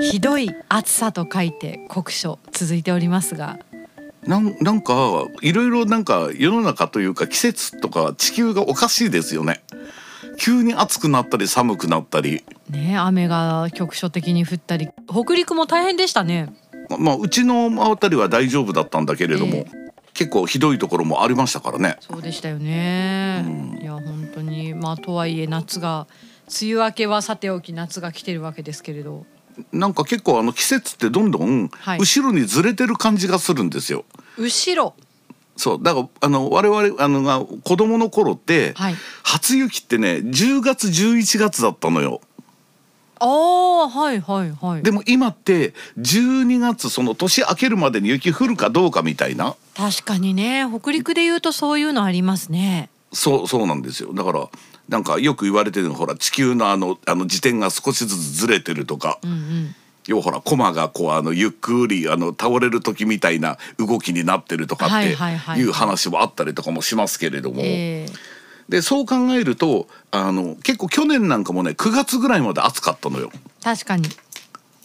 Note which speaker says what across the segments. Speaker 1: ひどい暑さと書いて酷暑続いておりますが
Speaker 2: なんなんかいろいろなんか世の中というか季節とか地球がおかしいですよね急に暑くなったり寒くなったり
Speaker 1: ね雨が局所的に降ったり北陸も大変でしたね
Speaker 2: ままあうちの辺りは大丈夫だったんだけれども、
Speaker 1: ええ
Speaker 2: 結構ひどいところもありましたからね
Speaker 1: そうでしたよね、いや本当にまあとはいえ夏が梅雨明けはさておき夏が来てるわけですけれど
Speaker 2: なんか結構あの季節ってどんどん
Speaker 1: はい
Speaker 2: 後ろにずれてる感じがするんですよ、
Speaker 1: 後ろ
Speaker 2: そうだからあの我々あのが子供の頃って、
Speaker 1: はい
Speaker 2: 初雪ってね10月11月だったのよ
Speaker 1: ああはいはいはい
Speaker 2: でも今って12月その年明けるまでに雪降るかどうかみたいな
Speaker 1: 確かにね北陸で言うとそういうのありますね
Speaker 2: そうそうなんですよだからなんかよく言われてるのほら地球のあのあの自転が少しずつずれてるとか、
Speaker 1: うんうん
Speaker 2: 要はほらコマがこうあのゆっくりあの倒れる時みたいな動きになってるとかっ
Speaker 1: はい
Speaker 2: て
Speaker 1: はいはい
Speaker 2: いう話もあったりとかもしますけれども、
Speaker 1: ええ
Speaker 2: でそう考えるとあの結構去年なんかもね9月ぐらいまで暑かったのよ。
Speaker 1: 確かに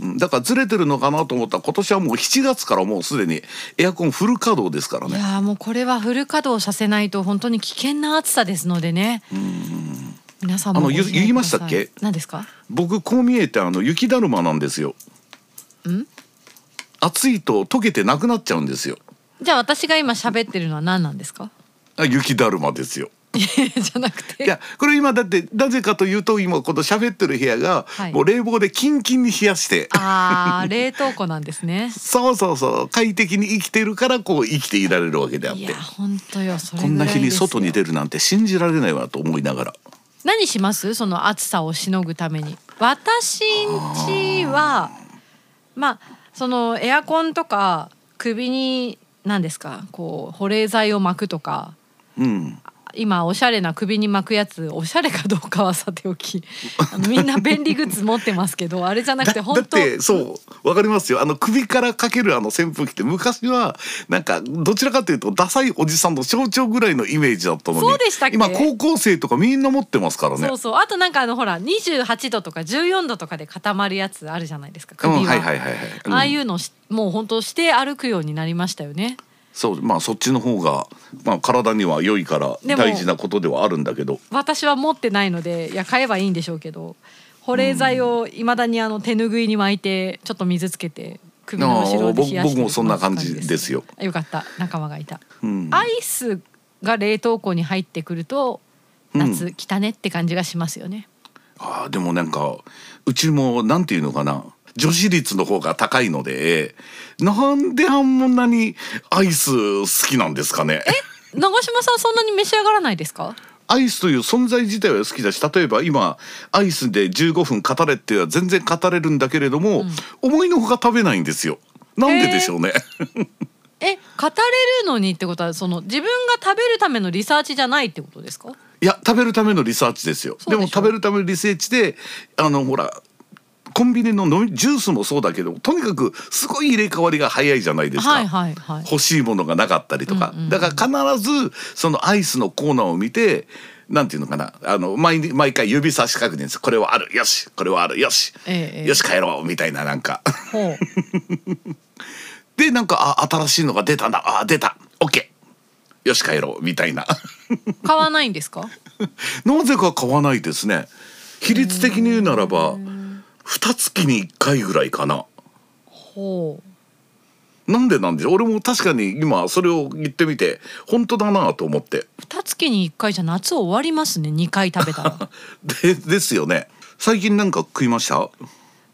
Speaker 2: うんだからずれてるのかなと思ったら今年はもう7月からもうすでにエアコンフル稼働ですから
Speaker 1: い
Speaker 2: ね。
Speaker 1: やーもうこれはフル稼働させないと本当に危険な暑さですのでね皆さんも
Speaker 2: あのゆ
Speaker 1: ご自愛
Speaker 2: 言いましたっけ
Speaker 1: ください何ですか
Speaker 2: 僕こう見えてあの雪だるまなんですよ。暑いと溶けてなくなっちゃうんですよ。
Speaker 1: じゃあ私が今喋ってるのは何なんですか
Speaker 2: あ雪だるまですよ。
Speaker 1: いやいやじゃなくて
Speaker 2: いやこれ今だってなぜかというと今この喋ってる部屋が
Speaker 1: はい
Speaker 2: もう冷房でキンキンに冷やして、
Speaker 1: ああ、冷凍庫なんですね。
Speaker 2: そうそうそう快適に生きてるからこう生きていられるわけであっ
Speaker 1: い
Speaker 2: て
Speaker 1: や、本当よ、それ
Speaker 2: こ
Speaker 1: ぐ
Speaker 2: ん
Speaker 1: ら
Speaker 2: な
Speaker 1: で
Speaker 2: い
Speaker 1: す
Speaker 2: 日
Speaker 1: よ。
Speaker 2: に外に出るなんて信じられないわと思いながら
Speaker 1: 何します、その暑さをしのぐために。私んちは。まあ、そのエアコンとか、首に、何ですか、こう保冷剤を巻くとか。
Speaker 2: うん
Speaker 1: 今おしゃれな首に巻くやつおしゃれかどうかはさておき あのみんな便利グッズ持ってますけどあれじゃなくて
Speaker 2: だだ
Speaker 1: 本
Speaker 2: っ
Speaker 1: 当
Speaker 2: てそうわかりますよあの首からかけるあの扇風機って昔はなんかどちらかというとダサいおじさんの象徴ぐらいのイメージだったのに
Speaker 1: そうでしたっけ
Speaker 2: 今高校生とかみんな持ってますからね
Speaker 1: そうそうあとなんかあのほら28度とか14度とかで固まるやつあるじゃないですか
Speaker 2: う
Speaker 1: 首は,、
Speaker 2: ん、はいはいはいはい、うん
Speaker 1: ああいうのしもう本当して歩くようになりましたよね
Speaker 2: そうまあそっちの方が、まあ、体には良いから
Speaker 1: でも
Speaker 2: 大事なことではあるんだけど
Speaker 1: 私は持ってないのでいや買えばいいんでしょうけど保冷剤をいまだにあの手ぬぐいに巻いてちょっと水つけて首の後ろで冷やして
Speaker 2: あー僕僕もそんな感じですよ
Speaker 1: あよかった仲間がいた、
Speaker 2: うん
Speaker 1: アイスが冷凍庫に入ってくると夏来たねって感じがしますよね、
Speaker 2: あーでもなんかうちもなんていうのかな女子率の方が高いのでなんであんなにアイス好きなんですかね
Speaker 1: 長嶋さんそんなに召し上がらないですか
Speaker 2: アイスという存在自体は好きだし例えば今アイスで15分語れっては全然語れるんだけれども、思いのほか食べないんですよなんででしょうね、
Speaker 1: え語れるのにってことはその自分が食べるためのリサーチじゃないってことですか
Speaker 2: いや食べるためのリサーチですよ
Speaker 1: そうでしょ
Speaker 2: も食べるためのリサーチであのほらコンビニの飲みジュースもそうだけどとにかくすごい入れ替わりが早いじゃないですか、
Speaker 1: はいはいはい
Speaker 2: 欲しいものがなかったりとか、だから必ずそのアイスのコーナーを見てなんていうのかなあの毎日毎回指差し確認ですこれはあるよしこれはあるよし、
Speaker 1: ええええ
Speaker 2: よし帰ろうみたいななんか
Speaker 1: ほう
Speaker 2: でなんかあ新しいのが出たなあ出た OK よし帰ろうみたいな。
Speaker 1: 買わないんですか
Speaker 2: なぜか買わないですね比率的に言うならば二月に一回ぐらいかな
Speaker 1: ほう
Speaker 2: なんでなんでしょう俺も確かに今それを言ってみて本当だなと思って
Speaker 1: 二月に一回じゃ夏終わりますね二回食べた ら
Speaker 2: でですよね最近なんか食いました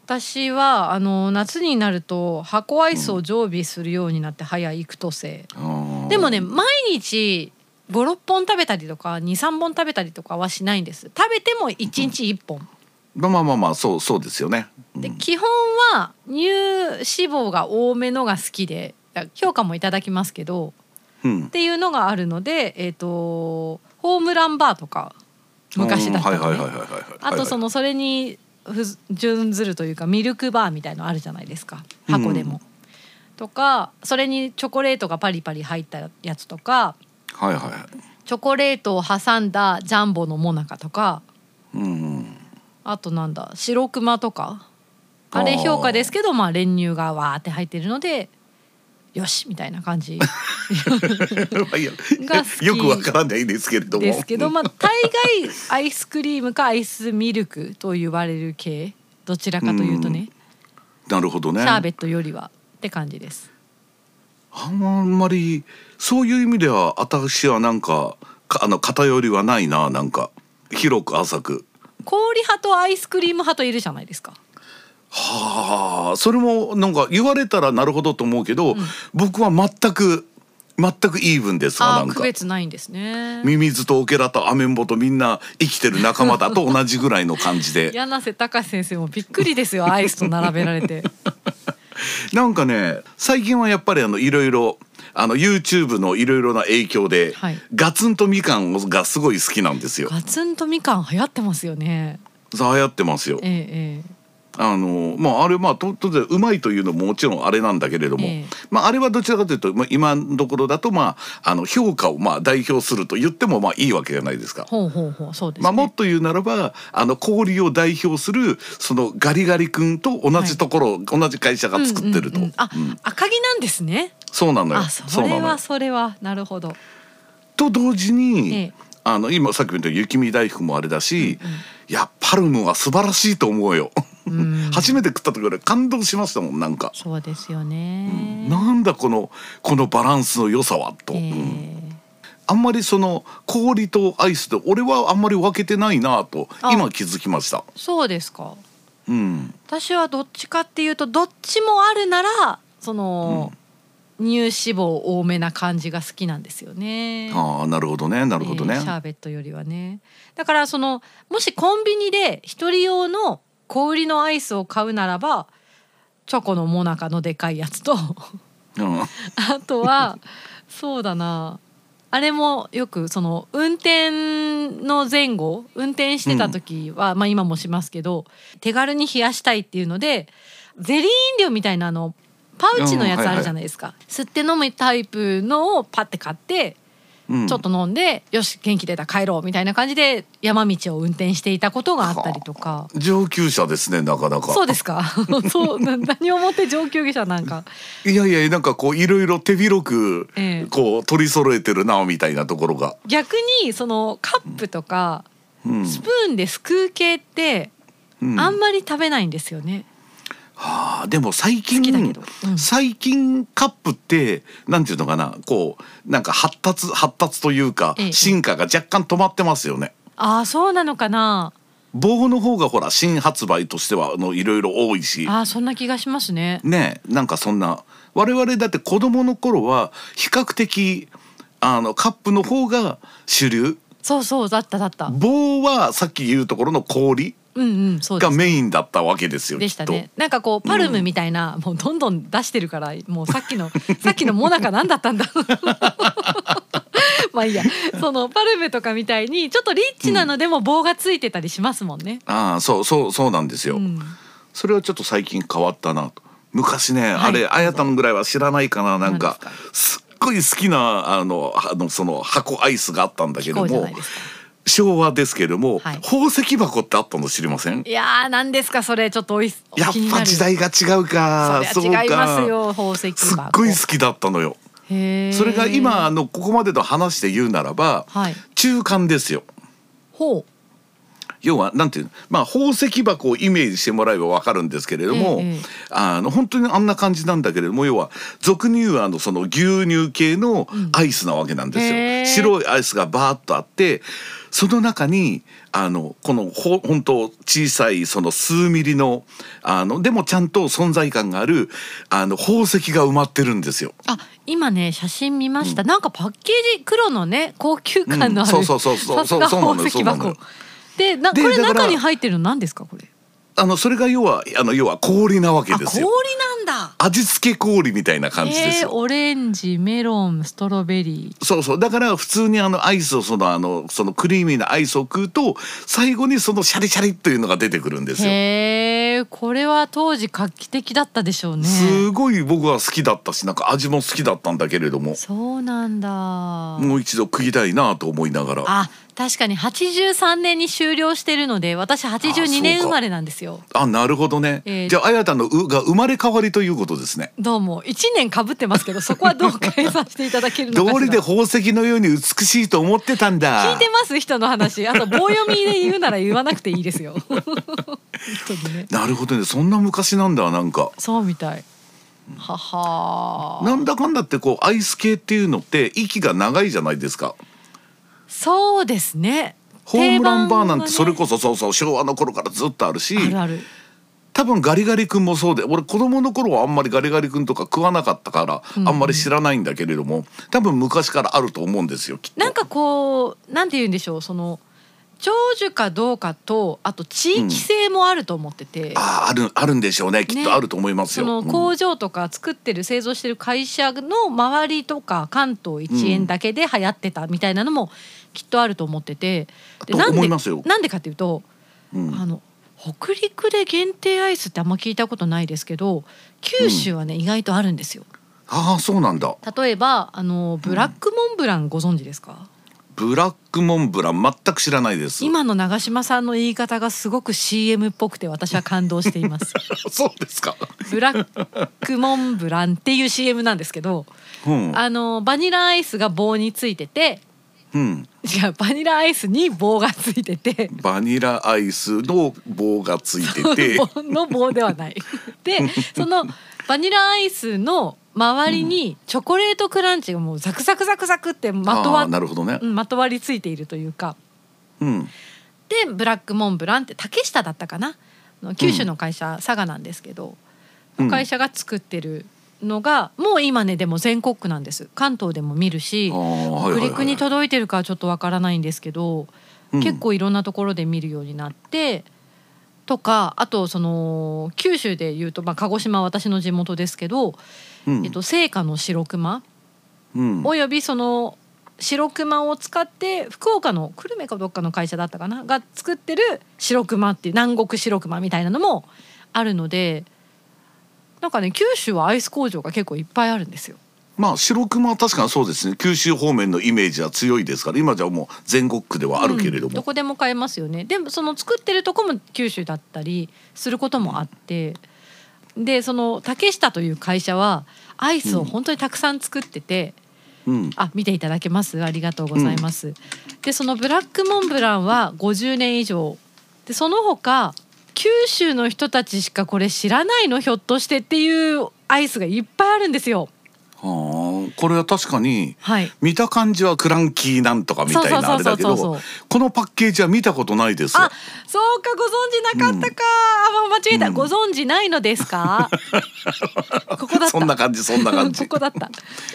Speaker 1: 私はあの夏になると箱アイスを常備するようになって早い育生、
Speaker 2: うん
Speaker 1: でもね毎日56本食べたりとか23本食べたりとかはしないんです食べても一日1本、
Speaker 2: まあまあまあまあそうそうですよね
Speaker 1: で基本は乳脂肪が多めのが好きでだから評価もいただきますけど
Speaker 2: うん
Speaker 1: っていうのがあるので、えー、とホームランバーとか昔だった
Speaker 2: うんは
Speaker 1: の
Speaker 2: いは
Speaker 1: ね
Speaker 2: いはいはいはいはい
Speaker 1: あとそのそれにふず準ずるというかミルクバーみたいのあるじゃないですか箱でも。とかそれにチョコレートがパリパリ入ったやつとか
Speaker 2: はいは
Speaker 1: チョコレートを挟んだジャンボのモナカとか
Speaker 2: い。うん。
Speaker 1: あとなんだ白クマとかあれ
Speaker 2: あー
Speaker 1: 評価ですけどまあ練乳がわーって入ってるのでよしみたいな感 じ
Speaker 2: まあいいや
Speaker 1: が好き
Speaker 2: よくわからないですけれども。
Speaker 1: ですけどまあ大概アイスクリームかアイスミルクと言われる系どちらかというとね
Speaker 2: なるほどね。
Speaker 1: シャーベットよりはって感じです。
Speaker 2: あんまりそういう意味では私はなんかかあの偏りはないななんか広く浅く。
Speaker 1: 氷派とアイスクリーム派といるじゃないですか。
Speaker 2: はあそれもなんか言われたらなるほどと思うけど、僕は全く全くイーブンですわな
Speaker 1: あ
Speaker 2: ん
Speaker 1: ー
Speaker 2: か
Speaker 1: 区。別ないんですね。
Speaker 2: ミミズとオケラとアメンボとみんな生きてる仲間だと同じぐらいの感じで
Speaker 1: 柳瀬隆先生もびっくりですよアイスと並べられ て。
Speaker 2: なんかね最近はやっぱりあのいろいろあの YouTube のいろいろな影響で、
Speaker 1: はい
Speaker 2: ガツンとみかんがすごい好きなんですよ。
Speaker 1: ガツンとみかん流行ってますよね。
Speaker 2: 流行ってますよ
Speaker 1: え。ええ
Speaker 2: あのまああれまあと当然うまいというのももちろんあれなんだけれども、
Speaker 1: ええ
Speaker 2: まああれはどちらかというと、まあ、今のところだとまああの評価をまあ代表すると言ってもまあいいわけじゃないですか。
Speaker 1: ほうほうほうそうです、ね。
Speaker 2: まあ、もっと言うならばあの氷を代表するそのガリガリ君と同じところ、同じ会社が作ってると、
Speaker 1: うんうんうんあ、
Speaker 2: うん
Speaker 1: 赤城なんですね。
Speaker 2: そうなのよ
Speaker 1: あ、それ
Speaker 2: なのよ
Speaker 1: はそれはなるほど。
Speaker 2: と同時に、
Speaker 1: ええ
Speaker 2: あの今さっきも言った雪見大福もあれだし、いやパルムは素晴らしいと思うよ、
Speaker 1: ん
Speaker 2: 初めて食った時俺感動しましたもんなんか、
Speaker 1: そうですよね。
Speaker 2: なんだこのこのバランスの良さはと、
Speaker 1: ええ
Speaker 2: うんあんまりその氷とアイスで俺はあんまり分けてないなと
Speaker 1: あ
Speaker 2: 今気づきました
Speaker 1: そうですか。
Speaker 2: うん
Speaker 1: 私はどっちかっていうとどっちもあるならその、乳脂肪多めな感じが好きなんですよね。
Speaker 2: ああなるほどねなるほどね、
Speaker 1: えーシャーベットよりはねだからそのもしコンビニで一人用の小売りのアイスを買うならばチョコのモナカのでかいやつと
Speaker 2: うん、
Speaker 1: あとはそうだなあれもよくその運転の前後運転してた時は、まあ今もしますけど手軽に冷やしたいっていうのでゼリー飲料みたいなあのパウチのやつあるじゃないですか、吸って飲むタイプのをパッて買って
Speaker 2: うん
Speaker 1: ちょっと飲んで、よし元気出た帰ろうみたいな感じで山道を運転していたことがあったりとか。
Speaker 2: 上級者ですねなかなか
Speaker 1: そうですか。 そうな何をもって上級者なんか。
Speaker 2: いやいやなんかこういろいろ手広く
Speaker 1: ええ
Speaker 2: こう取り揃えてるなみたいなところが、
Speaker 1: 逆にそのカップとか
Speaker 2: うん
Speaker 1: スプーンですくう系って
Speaker 2: うん
Speaker 1: あんまり食べないんですよね。
Speaker 2: はあでも最近
Speaker 1: 好きだけどうん
Speaker 2: 最近カップってなんていうのかなこうなんか発達発達というか、
Speaker 1: ええ
Speaker 2: 進化が若干止まってますよね。
Speaker 1: ああそうなのかな。
Speaker 2: 棒の方がほら新発売としてはあのいろいろ多いし
Speaker 1: ああそんな気がしますね。
Speaker 2: ねえなんかそんな我々だって子供の頃は比較的あのカップの方が主流
Speaker 1: そうそうだっただった。
Speaker 2: 棒はさっき言うところの氷
Speaker 1: うんうんそうで
Speaker 2: が
Speaker 1: す。
Speaker 2: メインだったわけですよ
Speaker 1: で
Speaker 2: き
Speaker 1: し
Speaker 2: っと
Speaker 1: たね。なんかこうパルムみたいな、もうどんどん出してるからもうさっきの さっきのモナカなんだったんだ まあいいやそのパルムとかみたいにちょっとリッチなのでも棒がついてたりしますもんね。
Speaker 2: ああそうそうそうなんですよ、
Speaker 1: うん
Speaker 2: それはちょっと最近変わったなと昔ね、
Speaker 1: はい
Speaker 2: あれあやたんぐらいは知らないかななんか
Speaker 1: 何です
Speaker 2: すっごい好きなあのあのその箱アイスがあったんだけ
Speaker 1: 聞
Speaker 2: ど
Speaker 1: こうじゃ
Speaker 2: も
Speaker 1: ないですか。
Speaker 2: 昭和ですけれども、
Speaker 1: はい
Speaker 2: 宝石箱ってあったの知りません
Speaker 1: いやーなんですかそれちょっとおい
Speaker 2: やっ
Speaker 1: 気にな
Speaker 2: ぱ
Speaker 1: る
Speaker 2: 時代が違うか
Speaker 1: それは違います
Speaker 2: そうか
Speaker 1: よ宝石箱
Speaker 2: すっごい好きだったのよ
Speaker 1: へー
Speaker 2: それが今あのここまでの話で言うならば、
Speaker 1: はい
Speaker 2: 中間ですよ
Speaker 1: ほう
Speaker 2: 要はなんていうのまあ宝石箱をイメージしてもらえばわかるんですけれども、
Speaker 1: ええええ
Speaker 2: あの本当にあんな感じなんだけれども要は俗に言うあのその牛乳系のアイスなわけなんですよ。
Speaker 1: うんへえ
Speaker 2: 白いアイスがバーッとあってその中にあのこのほ本当小さいその数ミリのあのでもちゃんと存在感があるあの宝石が埋まってるんですよ。
Speaker 1: あ今ね写真見ました、なんかパッケージ黒のね高級感のある、
Speaker 2: うんそうそうそうそう
Speaker 1: さすが
Speaker 2: そうそうなのよ
Speaker 1: 宝石
Speaker 2: そうなの
Speaker 1: 箱
Speaker 2: よ
Speaker 1: でなこ
Speaker 2: で
Speaker 1: れ
Speaker 2: だから
Speaker 1: 中に入ってるの何ですかこれ
Speaker 2: あのそれが要はあの要は氷なわけ
Speaker 1: あ
Speaker 2: です
Speaker 1: 氷
Speaker 2: よ
Speaker 1: なんだ
Speaker 2: 味付け氷みたいな感じです
Speaker 1: えー
Speaker 2: よ、
Speaker 1: オレンジメロンストロベリ
Speaker 2: そうそうだから普通にあのアイスをそのあのそのクリーミーなアイスを食うと最後にそのシャリシャリっていうのが出てくるん
Speaker 1: ー
Speaker 2: ですよ
Speaker 1: へえこれは当時画期的だったでしょうね
Speaker 2: すごい僕は好きだったしなんか味も好きだったんだけれども
Speaker 1: そうなんだあ
Speaker 2: もう一度食いたいなと思いながら
Speaker 1: 確かに83年に終了してるので私82
Speaker 2: あ
Speaker 1: 年
Speaker 2: そうか
Speaker 1: 生まれなんですよ
Speaker 2: あなるほどね、
Speaker 1: えー
Speaker 2: じゃああやたの「う」が生まれ変わりということですね
Speaker 1: どうも1年かぶってますけどそこはどう変えさせていただけるの
Speaker 2: 道
Speaker 1: かしら
Speaker 2: 理で宝石のように美しいと思ってたんだ
Speaker 1: 聞いてます人の話 あと棒読みで言うなら言わなくていいですよ本当にね
Speaker 2: なるほどねそんな昔なんだなんか
Speaker 1: そうみたいはは
Speaker 2: なんだかんだってこうアイス系っていうのって息が長いじゃないですか
Speaker 1: そうですね
Speaker 2: ホームランバーな
Speaker 1: 定番
Speaker 2: ん
Speaker 1: はね
Speaker 2: てそれこそそうそう昭和の頃からずっとあるし
Speaker 1: あるある
Speaker 2: 多分ガリガリ君もそうで俺子供の頃はあんまりガリガリ君とか食わなかったから
Speaker 1: うん
Speaker 2: あんまり知らないんだけれども多分昔からあると思うんですよきっと。
Speaker 1: なんかこうなんて言うんでしょうその長寿かどうかとあと地域性もあると思ってて、
Speaker 2: あーあるあるんでしょうねきっ
Speaker 1: ね
Speaker 2: とあると思います
Speaker 1: そ
Speaker 2: よ。
Speaker 1: の
Speaker 2: うん
Speaker 1: 工場とか作ってる製造してる会社の周りとか関東一円だけで流行ってたみたいなのもきっとあると思ってて、で
Speaker 2: と
Speaker 1: なん
Speaker 2: 思
Speaker 1: で
Speaker 2: いますよ
Speaker 1: なんでかっていうと、
Speaker 2: うん
Speaker 1: あの北陸で限定アイスってあんま聞いたことないですけど九州はね、意外とあるんですよ
Speaker 2: ああそうなんだ
Speaker 1: 例えばあのブラックモンブランご存知ですか、
Speaker 2: ブラックモンブラン全く知らないです。
Speaker 1: 今の長嶋さんの言い方がすごく CM っぽくて私は感動してい ます
Speaker 2: そうですか。
Speaker 1: ブラックモンブランっていう CM なんですけど
Speaker 2: うん。
Speaker 1: あのバニラアイスが棒についてて
Speaker 2: うん。
Speaker 1: 違うバニラアイスに棒がついてて
Speaker 2: バニラアイスの棒がついてて、
Speaker 1: 棒 の棒ではない。 でそのバニラアイスの周りにチョコレートクランチがもうザクザクザクザクってまと
Speaker 2: あ
Speaker 1: わ,、
Speaker 2: あなるほどね
Speaker 1: う。ん、まとわりついているというか
Speaker 2: うん。
Speaker 1: でブラックモンブランって竹下だったかなあの九州の会社、佐賀なんですけど
Speaker 2: うん
Speaker 1: 会社が作ってるのが、もう今ねでも全国区なんです関東でも見るし
Speaker 2: ああは
Speaker 1: 北
Speaker 2: いはい
Speaker 1: 陸
Speaker 2: はい
Speaker 1: に。届いてるかはちょっとわからないんですけど、
Speaker 2: うん
Speaker 1: 結構いろんなところで見るようになってとかあとその九州でいうと、まあ、鹿児島は私の地元ですけど、
Speaker 2: うん
Speaker 1: えっと、聖火の白熊
Speaker 2: うん
Speaker 1: およびその白熊を使って福岡の久留米かどっかの会社だったかなが作ってる白熊っていう南国白熊みたいなのもあるのでなんかね九州はアイス工場が結構いっぱいあるんですよ。
Speaker 2: まあ白熊は確かにそうですね九州方面のイメージは強いですから今じゃもう全国区ではあるけれど
Speaker 1: うんど
Speaker 2: も、
Speaker 1: こでも買えますよねでもその作ってるとこも九州だったりすることもあってでその竹下という会社はアイスを本当にたくさん作ってて、
Speaker 2: うん
Speaker 1: あ見ていただけますありがとうございます、でそのブラックモンブランは50年以上でその他九州の人たちしかこれ知らないのひょっとしてっていうアイスがいっぱいあるんですよ
Speaker 2: はあこれは確かに
Speaker 1: はい
Speaker 2: 見た感じはクランキーなんとかみたいなあれだけ
Speaker 1: そうそうそうそう
Speaker 2: どこのパッケージは見たことないです
Speaker 1: あ、そうかご存知なかったか。あ、間違えた。
Speaker 2: うん
Speaker 1: ご存知ないのですか。 ここだった。
Speaker 2: そんな感じそんな感 じ
Speaker 1: ここだった。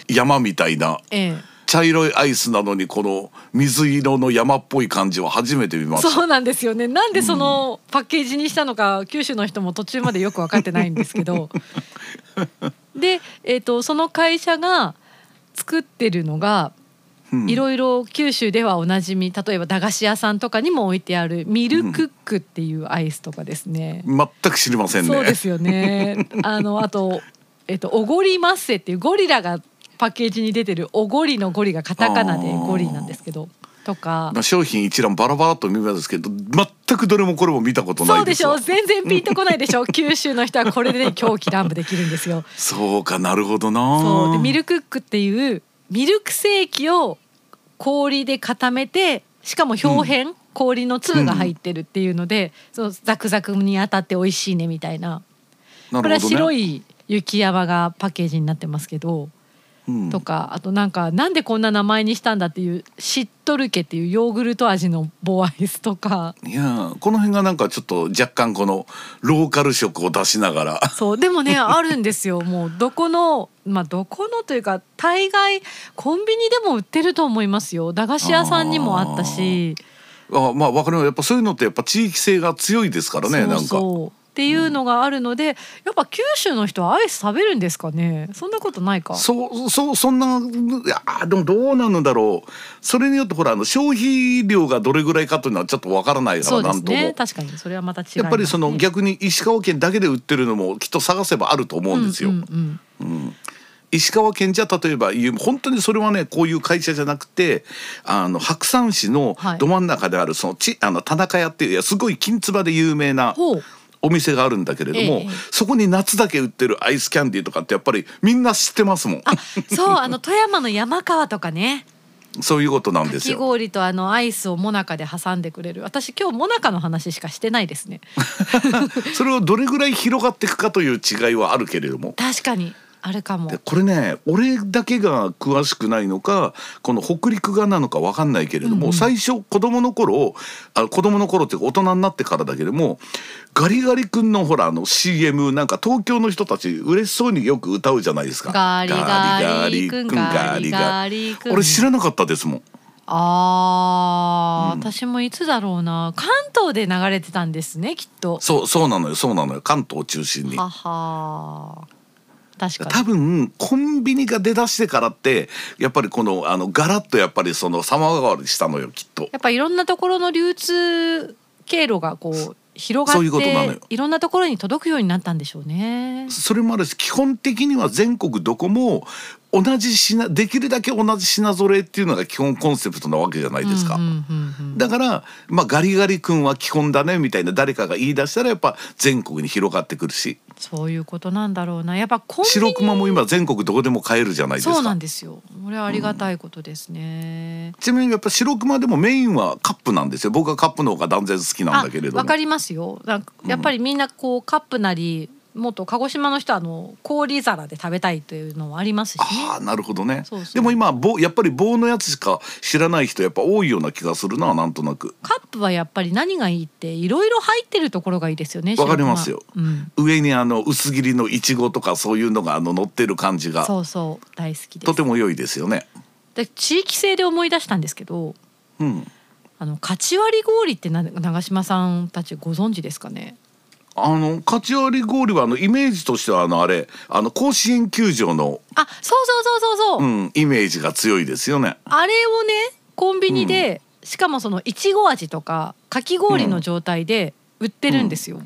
Speaker 2: 山みたいな
Speaker 1: え
Speaker 2: 茶色いアイスなのにこの水色の山っぽい感じは初めて見
Speaker 1: え、
Speaker 2: ました
Speaker 1: そうなんですよね。なんでそのパッケージにしたのか、九州の人も途中までよく分かってないんですけ ど。で、えっ、とその会社が作ってるのが。
Speaker 2: うん
Speaker 1: いろいろ九州ではおなじみ例えば駄菓子屋さんとかにも置いてあるミルクックっていうアイスとかですね、
Speaker 2: 全く知りませんね
Speaker 1: そうですよ ね。あのあとえっとおごりまっせっていうゴリラがパッケージに出てるおごりのゴリがカタカナでゴリなんですけどとか
Speaker 2: まあ、商品一覧バラバラっと見ますけど全くどれもこれも見たことな
Speaker 1: そう
Speaker 2: い
Speaker 1: で
Speaker 2: で
Speaker 1: し
Speaker 2: す
Speaker 1: ょ
Speaker 2: わ
Speaker 1: う全然ピンとこないで しょう九州の人はこれで狂気乱舞できるんですよ。
Speaker 2: そうかなるほどな
Speaker 1: そうでミルクックっていうミルクセーキを氷で固めてしかも表面、氷の粒が入ってるっていうので、そうザクザクに当たって美味しいねみたいな
Speaker 2: な
Speaker 1: これ
Speaker 2: る
Speaker 1: は
Speaker 2: ほどね
Speaker 1: 白い雪山がパッケージになってますけど。
Speaker 2: うん
Speaker 1: とかあとなんかなんでこんな名前にしたんだっていうしっとるけっていうヨーグルト味のボアイスとか
Speaker 2: いやーこの辺がなんかちょっと若干このローカル色を出しながら
Speaker 1: そうでもねあるんですよもうどこのまあどこのというか大概コンビニでも売ってると思いますよ駄菓子屋さんにもあったし
Speaker 2: あまあわかりますやっぱそういうのってやっぱ地域性が強いですからね
Speaker 1: そうそうっていうのがあるので、やっぱ九州の人はアイス食べるんですかねそんなことないか
Speaker 2: なんかそうそうそんないやーでもどうなのだろうそれによってほらあの消費量がどれぐらいかというのはちょっとわからないか
Speaker 1: そ
Speaker 2: ら
Speaker 1: うで
Speaker 2: な
Speaker 1: す
Speaker 2: んとも、
Speaker 1: ね確かにそれはまた違います、ね、
Speaker 2: やっぱりその逆に石川県だけで売ってるのもきっと探せばあると思うんです
Speaker 1: う
Speaker 2: よ。
Speaker 1: んうん
Speaker 2: 石川県じゃ例えばいう本当にそれはねこういう会社じゃなくてあの白山市の
Speaker 1: はい
Speaker 2: ど真ん中であるそのちあの田中屋っていういやすごい金つばで有名な
Speaker 1: ほう
Speaker 2: お店があるんだけれども、
Speaker 1: ええ
Speaker 2: そこに夏だけ売ってるアイスキャンディーとかってやっぱりみんな知ってますもん
Speaker 1: あそうあの富山の山川とかね
Speaker 2: そういうことなん
Speaker 1: か
Speaker 2: です
Speaker 1: き
Speaker 2: よ。
Speaker 1: 氷とあのアイスをもなかで挟んでくれる私今日もなかの話しかしてないですね
Speaker 2: それをどれぐらい広がっていくかという違いはあるけれども。
Speaker 1: 確かにあるかも
Speaker 2: でこれね俺だけが詳しくないのかこの北陸がなのか分かんないけれども、最初子供の頃あ子供の頃っていうか大人になってからだけどもガリガリ君のほらあの CM なんか東京の人たち嬉しそうによく歌うじゃないですか。
Speaker 1: ガリガリ君
Speaker 2: ガ
Speaker 1: ガリ
Speaker 2: リガリ君
Speaker 1: ガリ君
Speaker 2: 俺知らなかったですもん。
Speaker 1: あー、私もいつだろうな関東で流れてたんですねきっと
Speaker 2: そうそうなのよそうなのよ関東を中心に。
Speaker 1: はは確か
Speaker 2: 多
Speaker 1: に
Speaker 2: 分コンビニが出だしてからってやっぱりこのあのガラッとやっぱりその様変わりしたのよきっと。
Speaker 1: やっぱいろんなところの流通経路がこう広が
Speaker 2: そういう
Speaker 1: っ
Speaker 2: ことなの
Speaker 1: て
Speaker 2: よ
Speaker 1: いろんなところに届くようになったんでしょうね
Speaker 2: それもあるし基本的には全国どこも同じ品できるだけ同じ品揃えっていうのが基本コンセプトなわけじゃないです
Speaker 1: う
Speaker 2: か。
Speaker 1: んうんうんうん
Speaker 2: だから、まあ、ガリガリ君は基本だねみたいな誰かが言い出したらやっぱ全国に広がってくるし
Speaker 1: そういうことなんだろうなやっぱコンビニ
Speaker 2: 白熊も今全国どこでも買えるじゃないですか
Speaker 1: そうなんですよこれはありがたいことですね、
Speaker 2: ちなみにやっぱ白熊でもメインはカップなんですよ僕はカップの方が断然好きなんだけれども
Speaker 1: わかりますよなんかやっぱりみんなこうカップなりもっと鹿児島の人はあの氷皿で食べたいというのもありますしね
Speaker 2: ああなるほどね
Speaker 1: そうそう
Speaker 2: でも今棒やっぱり棒のやつしか知らない人やっぱ多いような気がするななんとなく
Speaker 1: カップはやっぱり何がいいっていろいろ入ってるところがいいですよね
Speaker 2: わかります
Speaker 1: 白
Speaker 2: よ
Speaker 1: 熊うん、
Speaker 2: 上にあの薄切りのいちごとかそういうのがあの乗ってる感じが
Speaker 1: そうそう大好きで
Speaker 2: と
Speaker 1: す
Speaker 2: ても良いですよね。
Speaker 1: で地域性で思い出したんですけど
Speaker 2: うん、
Speaker 1: あのカチ割り氷ってな長島さんたちご存知ですかね
Speaker 2: あのカチ割り氷はあのイメージとしてはあのあれあの甲子園球場の、
Speaker 1: あそうそうそうそうそう、
Speaker 2: うん、イメージが強いですよね。
Speaker 1: あれをねコンビニで、しかもそのいちご味とかかき氷の状態で売ってるんですよ、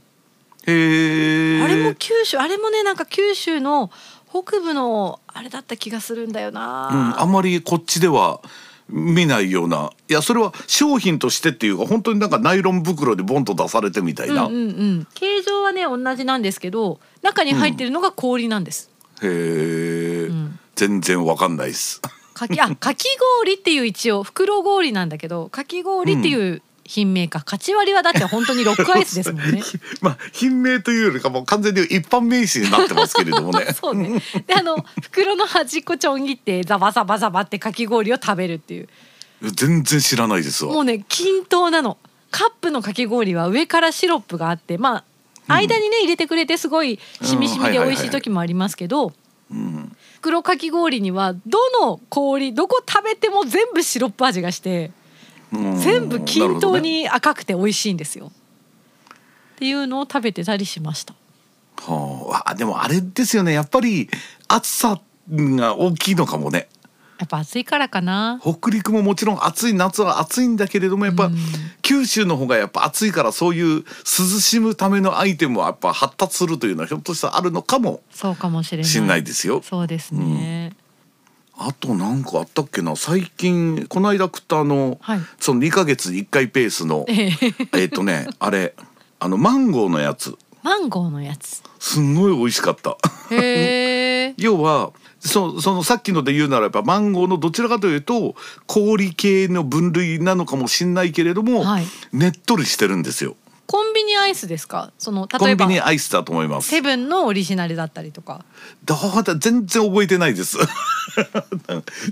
Speaker 2: へえ。
Speaker 1: あれも九州あれもねなんか九州の北部のあれだった気がするんだよな、
Speaker 2: うん、あまりこっちでは見ないようないやそれは商品としてっていうか本当になんかナイロン袋でボンと出されてみたいな、
Speaker 1: うんうんうん形状はね同じなんですけど中に入ってるのが氷なんです、
Speaker 2: へえ、
Speaker 1: ん
Speaker 2: 全然わかんないです。
Speaker 1: かきあかき氷っていう一応袋氷なんだけどかき氷っていう品名か、かち割りはだって本当にロックアイスですもん ね
Speaker 2: まあ品名というよりかもう完全に一般名詞になってますけれどもね
Speaker 1: そうねであの袋の端っこちょん切ってザバザバザバってかき氷を食べるっていう
Speaker 2: 全然知らないです
Speaker 1: も
Speaker 2: わ
Speaker 1: うね均等なのカップのかき氷は上からシロップがあってまあ間にね入れてくれてすごいしみしみで美味しい時もありますけど
Speaker 2: うん
Speaker 1: 黒かき氷にはどの氷どこ食べても全部シロップ味がして
Speaker 2: うん
Speaker 1: 全部均等
Speaker 2: なる
Speaker 1: に赤くて美味しいんですよ。っていうのを食べてたりしました。
Speaker 2: ほどねはああでもあれですよねやっぱり暑さが大きいのかもね
Speaker 1: やっぱ暑いからかな。
Speaker 2: 北陸ももちろん暑い夏は暑いんだけれどもやっぱ、
Speaker 1: うん
Speaker 2: 九州の方がやっぱ暑いからそういう涼しむためのアイテムはやっぱ発達するというのはひょっとしたらあるのかも
Speaker 1: そうかもしれない。
Speaker 2: しんないですよ。
Speaker 1: そうですね。
Speaker 2: あとなんかあったっけな最近この間食ったあの、
Speaker 1: はい
Speaker 2: その2ヶ月に1回ペースの
Speaker 1: ええ
Speaker 2: えっとねあれあのマンゴーのやつ
Speaker 1: マンゴーのや つ。
Speaker 2: すんごい美味しかった。
Speaker 1: へえ。
Speaker 2: 要はそそのさっきので言うならやっぱマンゴーのどちらかというと氷系の分類なのかもしんないけれども、
Speaker 1: はい
Speaker 2: ねっとりしてるんですよ。
Speaker 1: コンビニアイスですか。その
Speaker 2: コ
Speaker 1: 例え
Speaker 2: ンビ
Speaker 1: ば
Speaker 2: ニアイスだと思います。
Speaker 1: セブンのオリジナルだったりとか。
Speaker 2: どうだ全然覚えてないです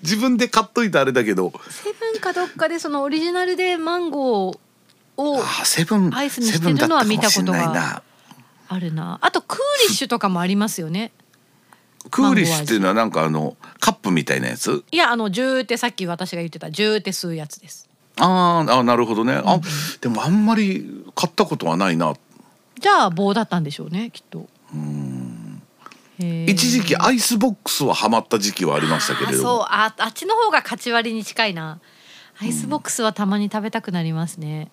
Speaker 2: 自分で買っといたあれだけど
Speaker 1: セブンかどっかでそのオリジナルでマンゴーを
Speaker 2: あセブン
Speaker 1: アイスにしてるのは見たことが
Speaker 2: セブンだったかもしんないな
Speaker 1: あるな。あとクーリッシュとかもありますよね。
Speaker 2: クーリッシュっていうのはなんかあのカップみたいなやつ
Speaker 1: いやあのジューってさっき私が言ってたジューって吸うやつです。
Speaker 2: あーあなるほどねあ、でもあんまり買ったことはないな
Speaker 1: じゃあ棒だったんでしょうねきっとへー
Speaker 2: 一時期アイスボックスはハマった時期はありましたけ
Speaker 1: あ
Speaker 2: れど
Speaker 1: ー
Speaker 2: も
Speaker 1: そうああっちの方が勝ち割りに近いなアイスボックスはたまに食べたくなりますね、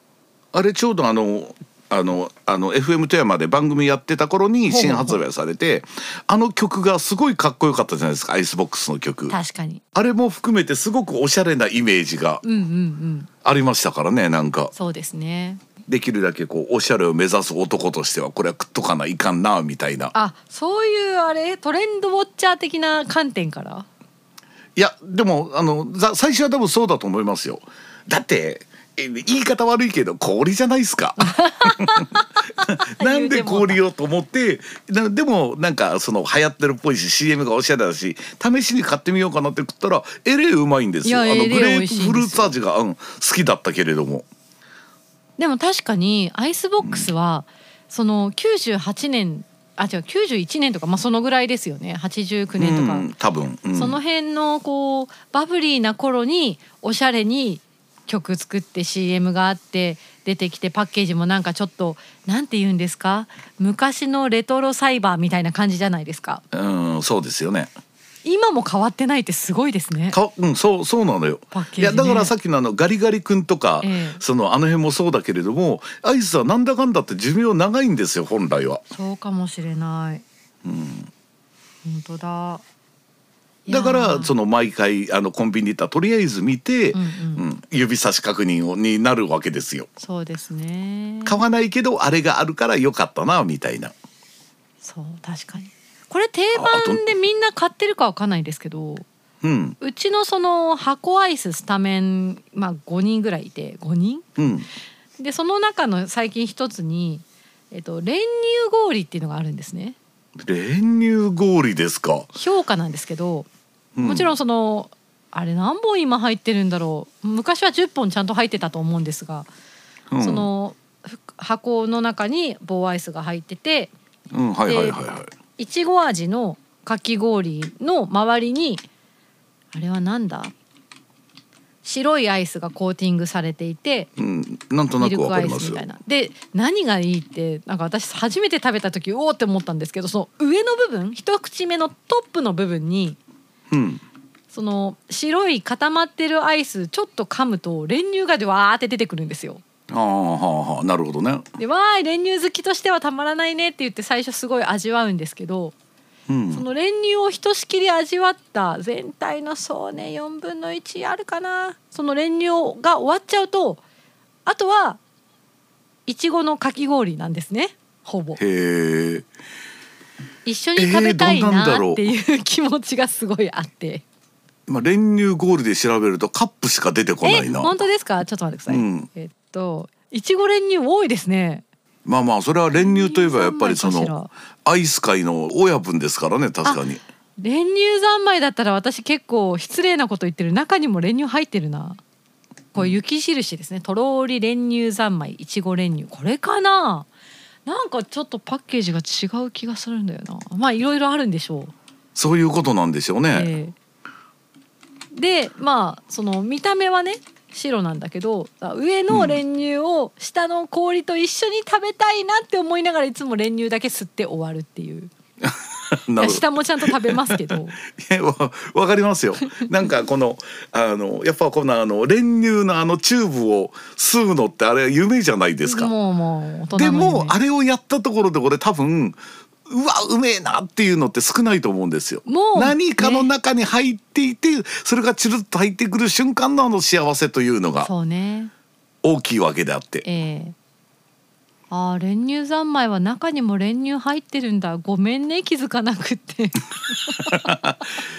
Speaker 2: あれちょうどあのあのあの FM 富山で番組やってた頃に
Speaker 1: ほうほう
Speaker 2: 新
Speaker 1: ほう
Speaker 2: 発売されてあの曲がすごいかっこよかったじゃないですかアイスボックスの曲
Speaker 1: 確かに
Speaker 2: あれも含めてすごくおしゃれなイメージが
Speaker 1: うんうんうん
Speaker 2: ありましたからねなんか
Speaker 1: そうですね
Speaker 2: できるだけこうおしゃれを目指す男としてはこれは食っとかないかんなみたいな
Speaker 1: あそういうあれトレンドウォッチャー的な観点から
Speaker 2: いやでもあのざ最初は多分そうだと思いますよだってえ言い方悪いけど氷じゃないです か なんで氷をと思ってなでもなんかその流行ってるっぽいし CM がおしゃれだし試しに買ってみようかなって食ったらえれいうまいんですよあ
Speaker 1: いや
Speaker 2: の
Speaker 1: えれ
Speaker 2: グ
Speaker 1: 美
Speaker 2: レー
Speaker 1: 味
Speaker 2: プ
Speaker 1: しいんですよ
Speaker 2: フルーツ味が、うん、好きだったけれども
Speaker 1: でも確かにアイスボックスは、その98年あ違う91年とか、まあ、そのぐらいですよね89年とか、
Speaker 2: うん多分、うん
Speaker 1: その辺のこうバブリーな頃におしゃれに曲作って CM があって出てきてパッケージもなんかちょっとなんて言うんですか昔のレトロサイバーみたいな感じじゃないですか
Speaker 2: うん、そうですよね。
Speaker 1: 今も変わってないってすごいですね
Speaker 2: かうん、そうそうなのよ。
Speaker 1: パッケージ
Speaker 2: い
Speaker 1: ね
Speaker 2: やだからさっきのあのガリガリ君とか、
Speaker 1: ええ
Speaker 2: そのあの辺もそうだけれどもアイスはなんだかんだって寿命長いんですよ本来は。
Speaker 1: そうかもしれない、本当だ
Speaker 2: だか
Speaker 1: いや
Speaker 2: ら
Speaker 1: ー
Speaker 2: その毎回あのコンビニ行ったらとりあえず見て、
Speaker 1: うんうん
Speaker 2: うん指差し確認をになるわけですよ。
Speaker 1: そうですね
Speaker 2: 買わないけどあれがあるから良かったなみたいな。
Speaker 1: そう確かにこれ定
Speaker 2: ああ
Speaker 1: 番
Speaker 2: と
Speaker 1: でみんな買ってるかわかんないですけど
Speaker 2: うん
Speaker 1: うちのその箱アイススタメン、まあ、5人ぐらいいて5人
Speaker 2: うん
Speaker 1: でその中の最近一つに、えっと、練乳氷っていうのがあるんですね
Speaker 2: 練乳氷ですか。
Speaker 1: 評価なんですけど、
Speaker 2: うん
Speaker 1: もちろんそのあれ何本今入ってるんだろう昔は10本ちゃんと入ってたと思うんですが、
Speaker 2: うん
Speaker 1: そのふ箱の中に棒アイスが入ってて
Speaker 2: うんはいはいはいはい。
Speaker 1: いちご味のかき氷の周りにあれはなんだ白いアイスがコーティングされていて
Speaker 2: うんなんとな
Speaker 1: ミル
Speaker 2: く
Speaker 1: ク
Speaker 2: わか
Speaker 1: ア
Speaker 2: り
Speaker 1: イ
Speaker 2: ま
Speaker 1: ス
Speaker 2: す
Speaker 1: み
Speaker 2: よ
Speaker 1: たい。な。で何がいいってなんか私初めて食べた時うおーって思ったんですけどその上の部分一口目のトップの部分に
Speaker 2: うん
Speaker 1: その白い固まってるアイスちょっと噛むと練乳がでわーって出てくるんですよ。
Speaker 2: あーはあはあなるほどね。
Speaker 1: でわーい練乳好きとしてはたまらないねって言って最初すごい味わうんですけど
Speaker 2: うん
Speaker 1: その練乳をひとしきり味わった全体のそうね4分の1あるかなその練乳が終わっちゃうとあとはいちごのかき氷なんですねほぼ
Speaker 2: へえ。
Speaker 1: 一緒に食べたい
Speaker 2: えーどんなんだ
Speaker 1: な
Speaker 2: ろう
Speaker 1: っていう気持ちがすごいあって
Speaker 2: まあ練乳氷で調べるとカップしか出てこない
Speaker 1: え
Speaker 2: な。
Speaker 1: 本当ですかちょっと待ってください、
Speaker 2: うん
Speaker 1: えっといちご練乳多いですね
Speaker 2: まあまあそれは練乳といえばやっぱりそ
Speaker 1: 練乳三昧
Speaker 2: の
Speaker 1: か
Speaker 2: アイス界の親分ですからね確かに。
Speaker 1: 練乳三昧だったら私結構失礼なこと言ってる中にも練乳入ってるなこれ雪印ですねとろーり練乳三昧いちご練乳これかななんかちょっとパッケージが違う気がするんだよなまあいろいろあるんでしょう
Speaker 2: そういうことなんでしょうね。
Speaker 1: ええでまあその見た目はね白なんだけどあ上の練乳を下の氷と一緒に食べたいなって思いながらいつも練乳だけ吸って終わるっていう
Speaker 2: なるほど
Speaker 1: 下もちゃんと食べますけ ど
Speaker 2: いやわわかりますよ。なんかこのあのやっぱこのあの練乳のあのチューブを吸うのってあれ夢じゃないですか。
Speaker 1: もうもう大人の
Speaker 2: で
Speaker 1: 夢
Speaker 2: もあれをやったところで俺多分うわうめえなっていうのって少ないと思うんですよ。
Speaker 1: もう
Speaker 2: 何かの中に入っていてそれがチルッと入ってくる瞬間のあの幸せというのが
Speaker 1: そうね
Speaker 2: 大きいわけであって。
Speaker 1: ええあー練乳三昧は中にも練乳入ってるんだごめんね気づかなくって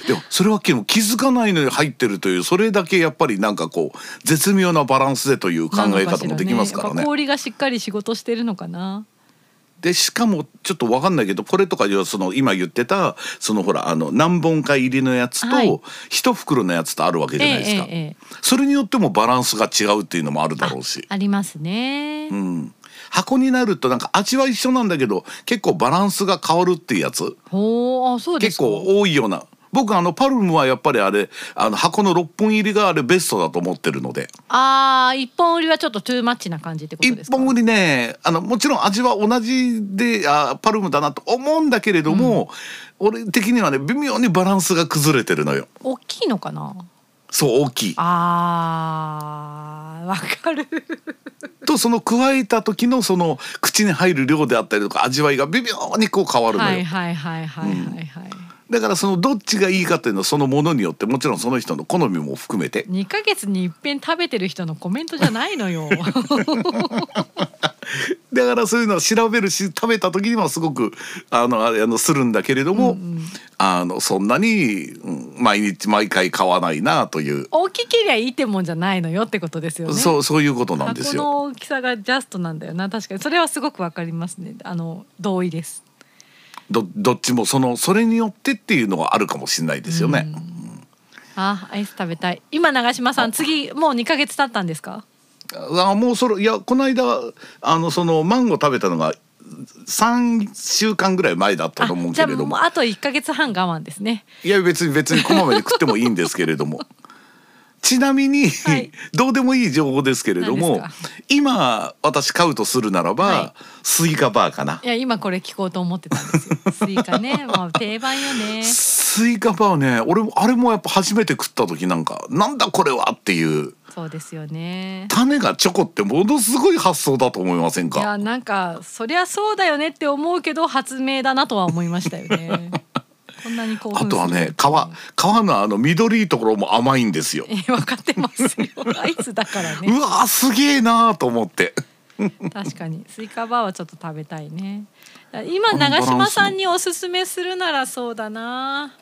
Speaker 2: でもそれは気づかないのに入ってるというそれだけやっぱりなんかこう絶妙なバランスでと いう考え方もできますから
Speaker 1: やっぱ
Speaker 2: ね。
Speaker 1: 氷がしっかり仕事してるのかな
Speaker 2: でしかもちょっとわかんないけどこれとかいうその今言ってたそのほらあの何本か入りのやつ
Speaker 1: はい
Speaker 2: と一袋のやつとあるわけじゃないです
Speaker 1: ええ
Speaker 2: か。
Speaker 1: ええええ
Speaker 2: それによってもバランスが違うっていうのもあるだろうし。
Speaker 1: ありますね、
Speaker 2: うん、箱になるとなんか味は一緒なんだけど結構バランスが変わるっていうやつ
Speaker 1: ほうあそうで
Speaker 2: 結
Speaker 1: すか
Speaker 2: 構多いような僕あのパルムはやっぱりあれあの箱の6本入りがあれベストだと思ってるので
Speaker 1: ああ一本売りはちょっとトゥーマッチな感じってことです
Speaker 2: 一
Speaker 1: か
Speaker 2: 本売りねあのもちろん味は同じであパルムだなと思うんだけれども、俺的にはね微妙にバランスが崩れてるのよ
Speaker 1: 大きいのかな
Speaker 2: そう大きい
Speaker 1: あーわかる
Speaker 2: とその加えた時のその口に入る量であったりとか味わいが微妙にこう変わるのよ、
Speaker 1: はいはいはいはいはいはい、
Speaker 2: だからそのどっちがいいかっていうのはそのものによってもちろんその人の好みも含めて
Speaker 1: 2ヶ月に一遍食べてる人のコメントじゃないの よ
Speaker 2: だからそういうのは調べるし食べた時にはすごくあのあれあのするんだけれども、あのそんなに、うん毎日毎回買わないなという、
Speaker 1: 大きけりゃいいってもんじゃないのよってことですよね
Speaker 2: そうそういうことなんで
Speaker 1: 箱
Speaker 2: すよ。
Speaker 1: の大きさがジャストなんだよな確かにそれはすごくわかりますねあの同意です
Speaker 2: どどっちもそのそれによってっていうのはあるかもしれないですよね。
Speaker 1: あアイス食べたい今長嶋さん次もう2ヶ月経ったんですか
Speaker 2: あもうそれいやこの間あのそのマンゴー食べたのが三週間ぐらい前だったと思う
Speaker 1: じゃあ
Speaker 2: けれど
Speaker 1: も
Speaker 2: も
Speaker 1: うあと1ヶ月半我慢ですね
Speaker 2: いや別に別にこまめに食ってもいいんですけれ どもちなみに、
Speaker 1: はい
Speaker 2: どうでもいい情報ですけれども
Speaker 1: 何です
Speaker 2: 今私買うとするならば、
Speaker 1: は
Speaker 2: スイカバーかない
Speaker 1: や今これ聞こうと思ってたんですよスイカねもう定番よね
Speaker 2: スイカバーね俺もあれもやっぱ初めて食った時なんかなんだこれはっていう
Speaker 1: そうですよね
Speaker 2: 種がチョコってものすごい発想だと思いません
Speaker 1: い
Speaker 2: か
Speaker 1: やなんかそりゃそうだよねって思うけど発明だなとは思いましたよ ねこんなに興奮
Speaker 2: あ
Speaker 1: する
Speaker 2: とはね皮皮のあの緑いところも甘いんですよ
Speaker 1: え分かってますよアイスだからね
Speaker 2: うわーすげえなーと思って
Speaker 1: 確かにスイカバーはちょっと食べたいね今長嶋さんにおすすめするならそうだな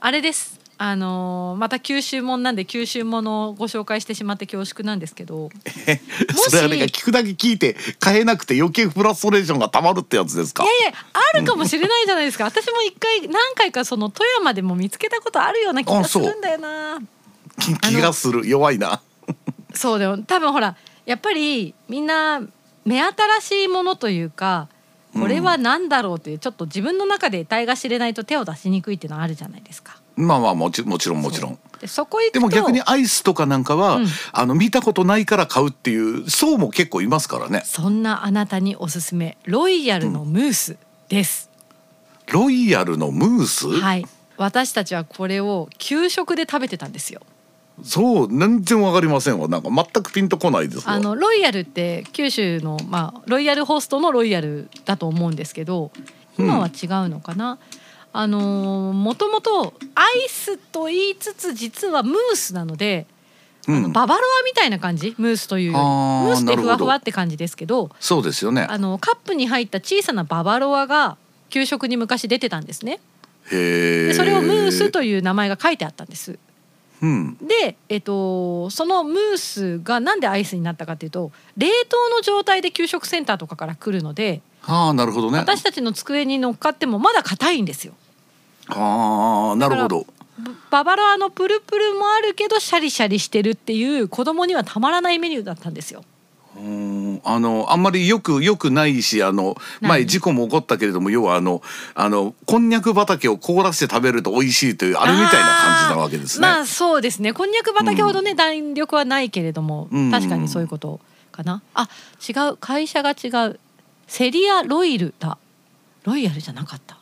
Speaker 1: あれですあのーまた九州もんなんで九州ものをご紹介してしまって恐縮なんですけどし
Speaker 2: それあれが聞くだけ聞いて買えなくて余計フラストレーションがたまるってやつですか
Speaker 1: いやいやあるかもしれないじゃないですか私も一回何回かその富山でも見つけたことあるような気がするんだよな
Speaker 2: 気気がする弱いな
Speaker 1: そうだよ多分ほらやっぱりみんな目新しいものというかこれは何だろうっていうちょっと自分の中で得体が知れないと手を出しにくいっていうのはあるじゃないですか。
Speaker 2: まあまあもちもちろんもちろん
Speaker 1: そうでそこ行くと
Speaker 2: でも逆にアイスとかなんかは、
Speaker 1: うん
Speaker 2: あの見たことないから買うっていう層も結構いますからね
Speaker 1: そんなあなたにおすすめロイヤルのムースです。
Speaker 2: ロイヤルのムース、
Speaker 1: はい私たちはこれを給食で食べてたんですよ。
Speaker 2: そう全然わかりませんわなんか全くピンとこないですわ
Speaker 1: あのロイヤルって九州の、まあ、ロイヤルホストのロイヤルだと思うんですけど今は違うのかな、あのーもともとアイスと言いつつ実はムースなので、
Speaker 2: うん
Speaker 1: あのババロアみたいな感じムースというより
Speaker 2: あー
Speaker 1: ムースってふ
Speaker 2: なる
Speaker 1: わ
Speaker 2: ほど
Speaker 1: ふわって感じですけど
Speaker 2: そうですよね
Speaker 1: あのカップに入った小さなババロアが給食に昔出てたんですね。
Speaker 2: へえ
Speaker 1: でそれをムースという名前が書いてあったんです。
Speaker 2: うん
Speaker 1: で、えっと、そのムースがなんでアイスになったかというと冷凍の状態で給食センターとかから来るので
Speaker 2: ああなるほどね
Speaker 1: 私たちの机に乗っかってもまだ硬いんですよ。
Speaker 2: ああなるほど
Speaker 1: ぶババロアのプルプルもあるけどシャリシャリしてるっていう子供にはたまらないメニューだったんですよ。
Speaker 2: うーんあのあんまりよくよくないしあの
Speaker 1: 何
Speaker 2: 前事故も起こったけれども要はあのあのこんにゃく畑を凍らせて食べると美味しいというあれみたいな感じなわけですね。
Speaker 1: あーまあそうですね。こんにゃく畑ほどね、弾力はないけれども、
Speaker 2: うん
Speaker 1: 確かにそういうことかな。あ、違う会社が違う。セリアロイルだ。ロイヤルじゃなかった。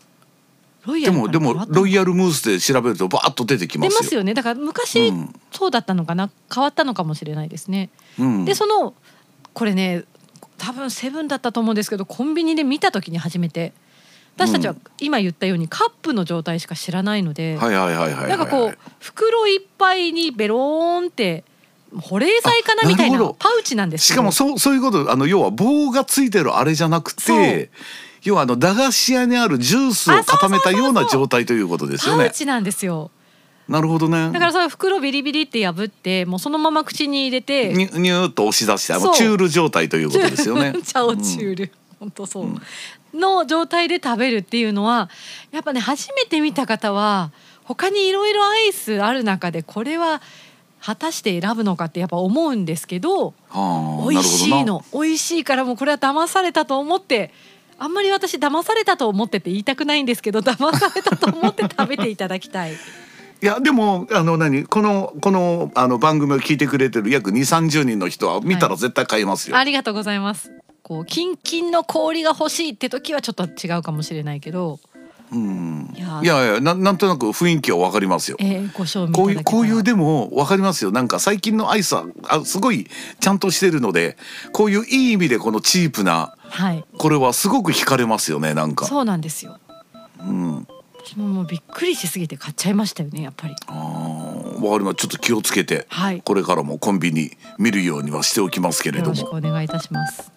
Speaker 1: ロイヤ
Speaker 2: で
Speaker 1: ルか
Speaker 2: も
Speaker 1: ら変わ
Speaker 2: でも
Speaker 1: った
Speaker 2: ロイヤルムースで調べるとバーッと出てきま
Speaker 1: 出
Speaker 2: すよ。
Speaker 1: ますよね。だから昔、
Speaker 2: うん
Speaker 1: そうだったのかな、変わったのかもしれないですね。
Speaker 2: うん、
Speaker 1: でそのこれね多分セブンだったと思うんですけどコンビニで見た時に初めて私たちは今言ったようにカップの状態しか知らないので、
Speaker 2: はいはいはいはいはいはい。
Speaker 1: なんかこう袋いっぱいにベローンって保冷剤かな
Speaker 2: あ
Speaker 1: みたい
Speaker 2: な
Speaker 1: な
Speaker 2: るほど
Speaker 1: パウチなんです
Speaker 2: し
Speaker 1: け
Speaker 2: か
Speaker 1: ど
Speaker 2: もそうそういうことあの要は棒がついてるあれじゃなく
Speaker 1: そう
Speaker 2: て要はあの駄菓子屋にあるジュースを固めたような状態ということですよ
Speaker 1: パウ
Speaker 2: ね。
Speaker 1: チなんですよ
Speaker 2: なるほどね。
Speaker 1: だからそれ袋ビリビリって破ってもうそのまま口に入れて
Speaker 2: ににゅーっと押し出してあ
Speaker 1: そ
Speaker 2: の
Speaker 1: う。
Speaker 2: チュール状態ということですよね
Speaker 1: チャオチュール、本当そう、の状態で食べるっていうのはやっぱね初めて見た方は他にいろいろアイスある中でこれは果たして選ぶのかってやっぱ思うんですけど
Speaker 2: はあ
Speaker 1: 美味しい
Speaker 2: なるほどな
Speaker 1: の美味しいからもうこれは騙されたと思ってあんまり私騙されたと思ってて言いたくないんですけど 騙されたと思って食べていただきたい
Speaker 2: いやでもあの何このこのあの番組を聞いてくれてる約2 3 0人の人は見たら絶対買いますよ。
Speaker 1: ありがとうございますこうキンキンの氷が欲しいって時はちょっと違うかもしれないけど
Speaker 2: うん
Speaker 1: いや
Speaker 2: いやいやななんとなく雰囲気はわかりますよ。
Speaker 1: えー、ご賞味いた
Speaker 2: こう
Speaker 1: だけ
Speaker 2: い
Speaker 1: た
Speaker 2: う
Speaker 1: ら
Speaker 2: こういうでもわかりますよなんか最近のアイスはあすごいちゃんとしてるのでこういういい意味でこのチープな
Speaker 1: はい
Speaker 2: これはすごく惹かれますよねなんか。
Speaker 1: そうなんですよ
Speaker 2: うん
Speaker 1: 私ももうびっくりしすぎて買っちゃいましたよねやっぱり
Speaker 2: あーわかりますちょっと気をつけて、
Speaker 1: はい
Speaker 2: これからもコンビニ見るようにはしておきますけれ
Speaker 1: よ
Speaker 2: ど
Speaker 1: ろしく
Speaker 2: も
Speaker 1: お願いいたします